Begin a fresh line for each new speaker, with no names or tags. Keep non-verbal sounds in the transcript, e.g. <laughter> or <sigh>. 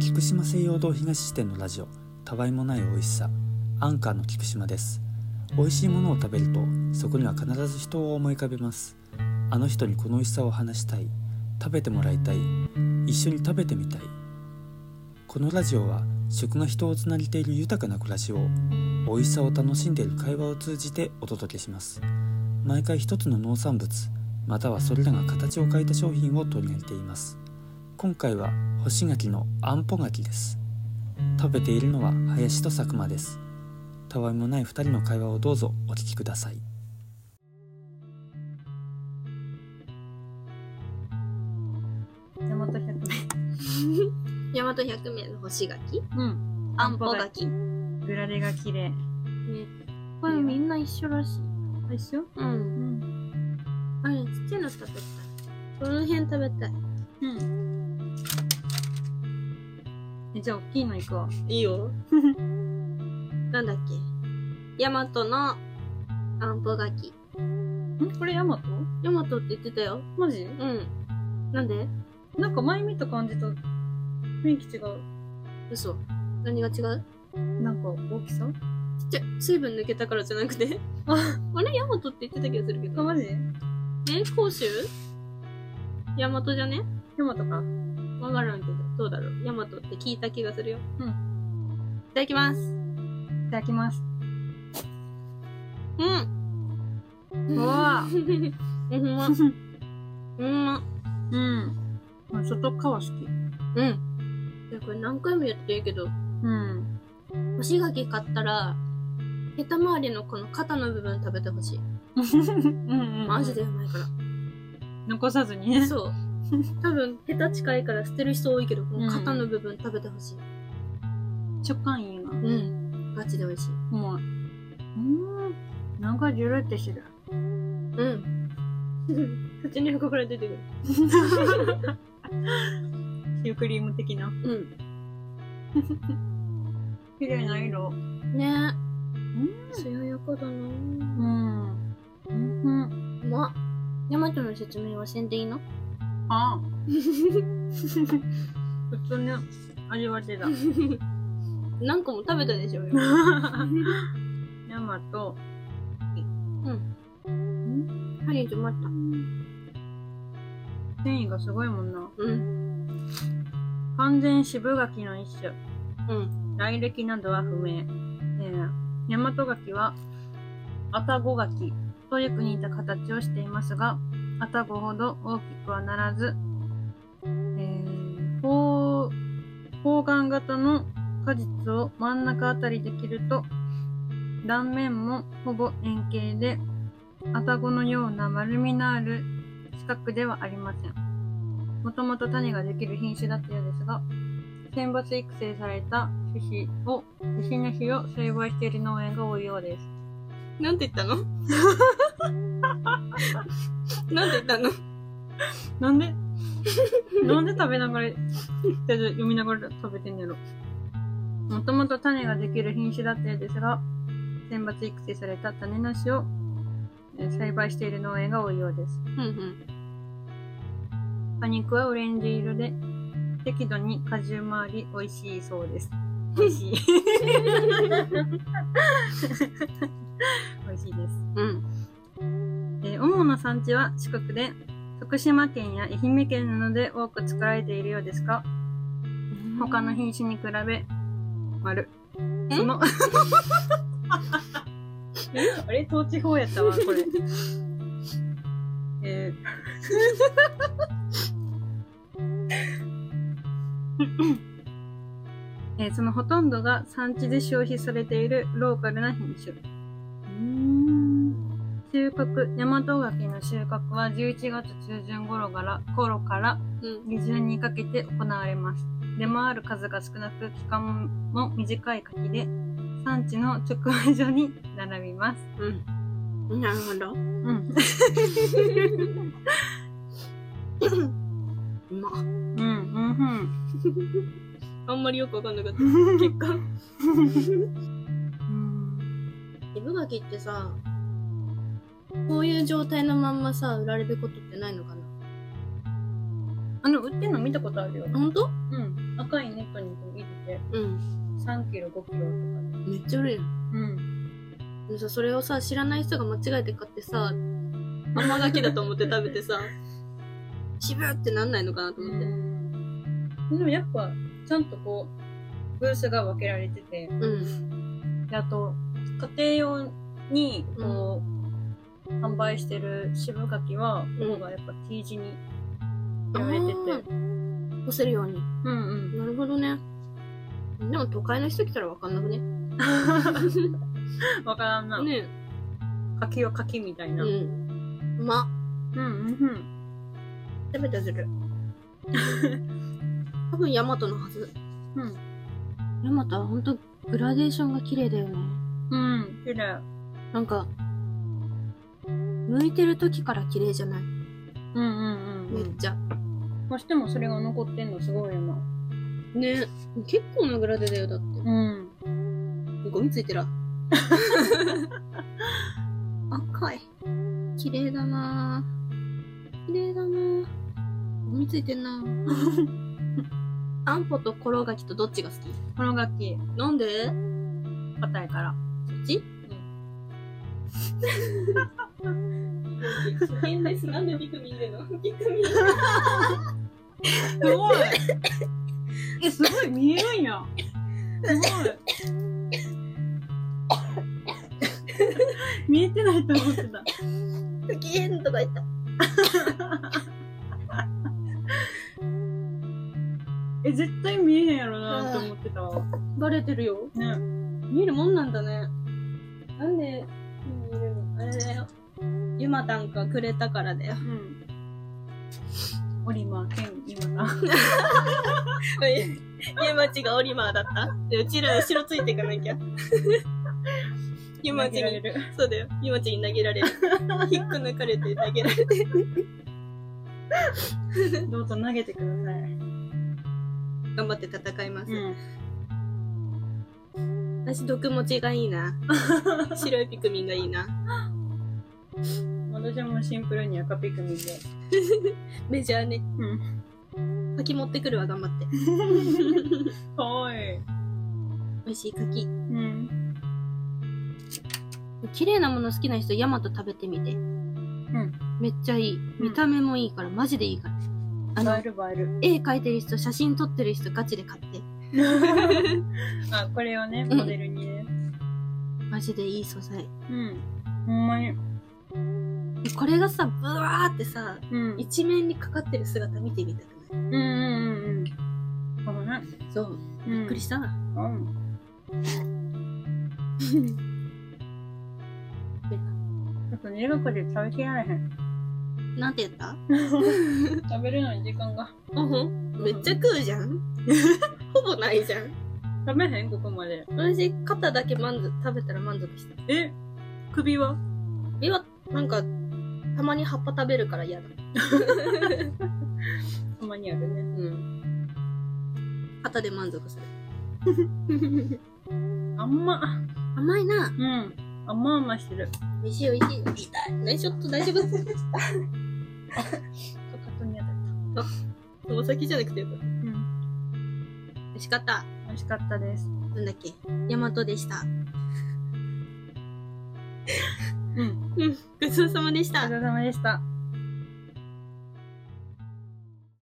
菊島西洋堂東支店のラジオたわいもない美味しさアンカーの菊島です美味しいものを食べるとそこには必ず人を思い浮かべますあの人にこの美味しさを話したい食べてもらいたい一緒に食べてみたいこのラジオは食が人をつなげている豊かな暮らしを美味しさを楽しんでいる会話を通じてお届けします毎回一つの農産物またはそれらが形を変えた商品を取り上げています今回は干し柿のあんぽ柿です食べているのは林と佐久間ですたわいもない2人の会話をどうぞお聞きください
大和百名。
大和百名の干し柿
うん。
あんぽ柿
グラデが綺麗。
これみんな一緒らしい
でしょ
う
うんん。
あれちっちゃいの食べたいこの辺食べたい
うん。えじゃあ、大きいの行くわ。
いいよ <laughs> なんだっけ大和のあんぽ柿
んこれヤマト
大和って言ってたよ
マジ
うんなんで
なんか前見た感じと雰囲気違う。
嘘何が違う
なんか大きさ
ちっちゃい水分抜けたからじゃなくて
あ、
<laughs> あれ大和って言ってた気がするけ
あ
ど
マジ
え甲州大和じゃね
ヤマトか。
わからんけどどうだろう大和って聞いた気がするよ
うん
いただきます
いただきます。
うん。 <laughs>
うわ
うん
う
ま。
ん。
うん
<laughs> うん。
ま。
まあ、外皮好き。
うん。いや、これ何回も言ってるけど、
うん。
干し柿買ったら、ヘタ周りのこの肩の部分食べてほしい。
うんうん。
マジで。うまいから。
残さずにね。
そう。多分、ヘタ近いから捨てる人多いけど、
う
こ
ん
の肩の部分食べてほしい。
食感いいな。
うん。ガチで美味しい。
うまい。うん。なんかジュルってしてる。 <laughs>
うん。口に横から出てくる。
シュークリーム的な。
う
綺麗な色。
ん。ね
うん。
え。強い横だな
う
ぁ。
ん。うん。
うまっ。ヤマトの説明はせんでいいの
ああ。普通の味わってた。
何個も食べたでしょうよ。
<laughs> ヤマト。
歯に詰まった。
繊維がすごいもんな。
うん。
完全渋柿の一種。
うん。
来歴などは不明。えー、ヤマト柿は、アタゴ柿とよく似た形をしていますが、アタゴほど大きくはならず、えー、方、方眼型の果実を真ん中あたりで切ると、断面もほぼ円形で、アタゴのような丸みのある四角ではありません。もともと種ができる品種だったようですが、選抜育成された種子を、種子の種を栽培している農園が多いようです。
なんて言ったのなんて言ったの
なんでなんで食べながら、とりあえず読みながら食べてんやろ。もともと種ができる品種だったようですが、選抜育成された種なしをえー栽培している農園が多いようです。
うん
果肉はオレンジ色で、適度に果汁もあり、美味しいそうです。美味しい。 <laughs> 美味しいです。
うん。うん。
えー主な産地は四国で、徳島県や愛媛県などで多く作られているようですが、他の品種に比べ、丸。
え
そ <laughs> の、あれ統治法やったわ、これ。 <laughs> えー <laughs> えーそのほとんどが産地で消費されているローカルな品種。収穫、大和柿の収穫は11月中旬頃から、頃から
うん。
下旬にかけて行われます。出回る数が少なく、期間も短い柿で、産地の直売所に並びます。
うん。なるほど。
うん。
うま
うん、うん、
あんまりよくわかんなかった。結果。
うん。
渋柿ってさ、こういう状態のまんまさ、売られることってないのかな
あの、売ってんの見たことあるよ。
ほんと
うん。赤いネットにロ、5キロとかで。
めっちゃ売れる
うん。
でもさそれをさ知らない人が間違えて買ってさ甘がきだと思って食べて <laughs> さ渋ってなんないのかなと思って
でもやっぱ、ちゃんとこう、ブースが分けられてて、
うん
であと、家庭用に、こう、販売してる渋柿は、
ん
方がやっぱ T 字に売られてて。
干せるように
うんうん。 <laughs>
なるほどねでも都会の人来たら分かんなくね
わからんな。
ね
柿は柿みたい
え
な。
う
うん
んうまっ
うん
食べたず <laughs> る多分ヤマトのはず
うん
ヤマトはほんとグラデーションが綺麗だよね
うん。うん、綺麗。
なんか剥いてる時から綺麗じゃない
うんうんうん
め
う
っ
ん。
ちゃ
まあ、してもそれが残ってんのすごいよな。
ね結構なグラデだよだって
うん。
ゴミついてる <laughs> わ赤い綺麗だなぁ綺麗だなぁゴミついてんなぁあんぽとコロガキとどっちが好き
この楽器、
なんで
硬いから。
そっち <laughs> 危険です。なんでビクミいるのビクミ
す <laughs> ごいえ、すごい見えるんや。すごい。見えてないと思ってた。
不機嫌とか言った。
え、絶対見えへんやろなと思ってたわ。
バレてるよ。
ね。
<laughs> 見えるもんなんだね。なんで見えるのあれだよ。ゆまたんがくれたからだよ
う。ん。オリマー、ケン、今な。
<laughs> ゆまちがオリマーだった。でうちら後ろついていかなきゃ。ゆまち
投げられ
に、
る
そうだよ。ゆまちに投げられる。引っこ抜かれて投げられて。
どうぞ投げてください。
頑張って戦います。
うん。
私、毒持ちがいいな。白いピクミンがいいな。
私はもうシンプルに赤ピクミンで。
メジャーね。
うん。
柿持ってくるわ、頑張って。
かわいい。
美味しい柿。
うん。
綺麗なもの好きな人、ヤマト食べてみて。うん。めっちゃいい。見た目もいいから、マジでいいから。あ
映える映
の、
え <laughs> る。
絵描いてる人、写真撮ってる人、ガチで買って。
あ、これをね、
うん
モデルにね。
マジでいい素材。
うん。ほんまに。
これがさ、ブワーってさ、
うん。
一面にかかってる姿見てみたくな
う
い
んうんうんうん。かもね。
そう。
うん。
びっくりしたわ。
うん。ちょっと苦くで食べきられへ <laughs> ん。
なんて言ったあ
食べるのに時間が。
ほんめっちゃ食うじゃん <laughs> ほぼないじゃん。
食べへんここまで。
私、肩だけ満足、食べたら満足した。
え首は
えは、なんか、たまに葉っぱ食べるから嫌だ。
たまにあるね。
うん。肩で満足する。
甘っ。
甘いな。
うん。甘々してる。
美味しい美味しい。痛い。ね、ちょっと大丈 <laughs> 夫。
かかとに当たった。
お先じゃなくてよかった。
うん。
美味しかった。
美味しかったです。
なんだっけ。ヤマトでした。
うん。
うん。ごちそうさまでし
お
た
疲。れ様でした。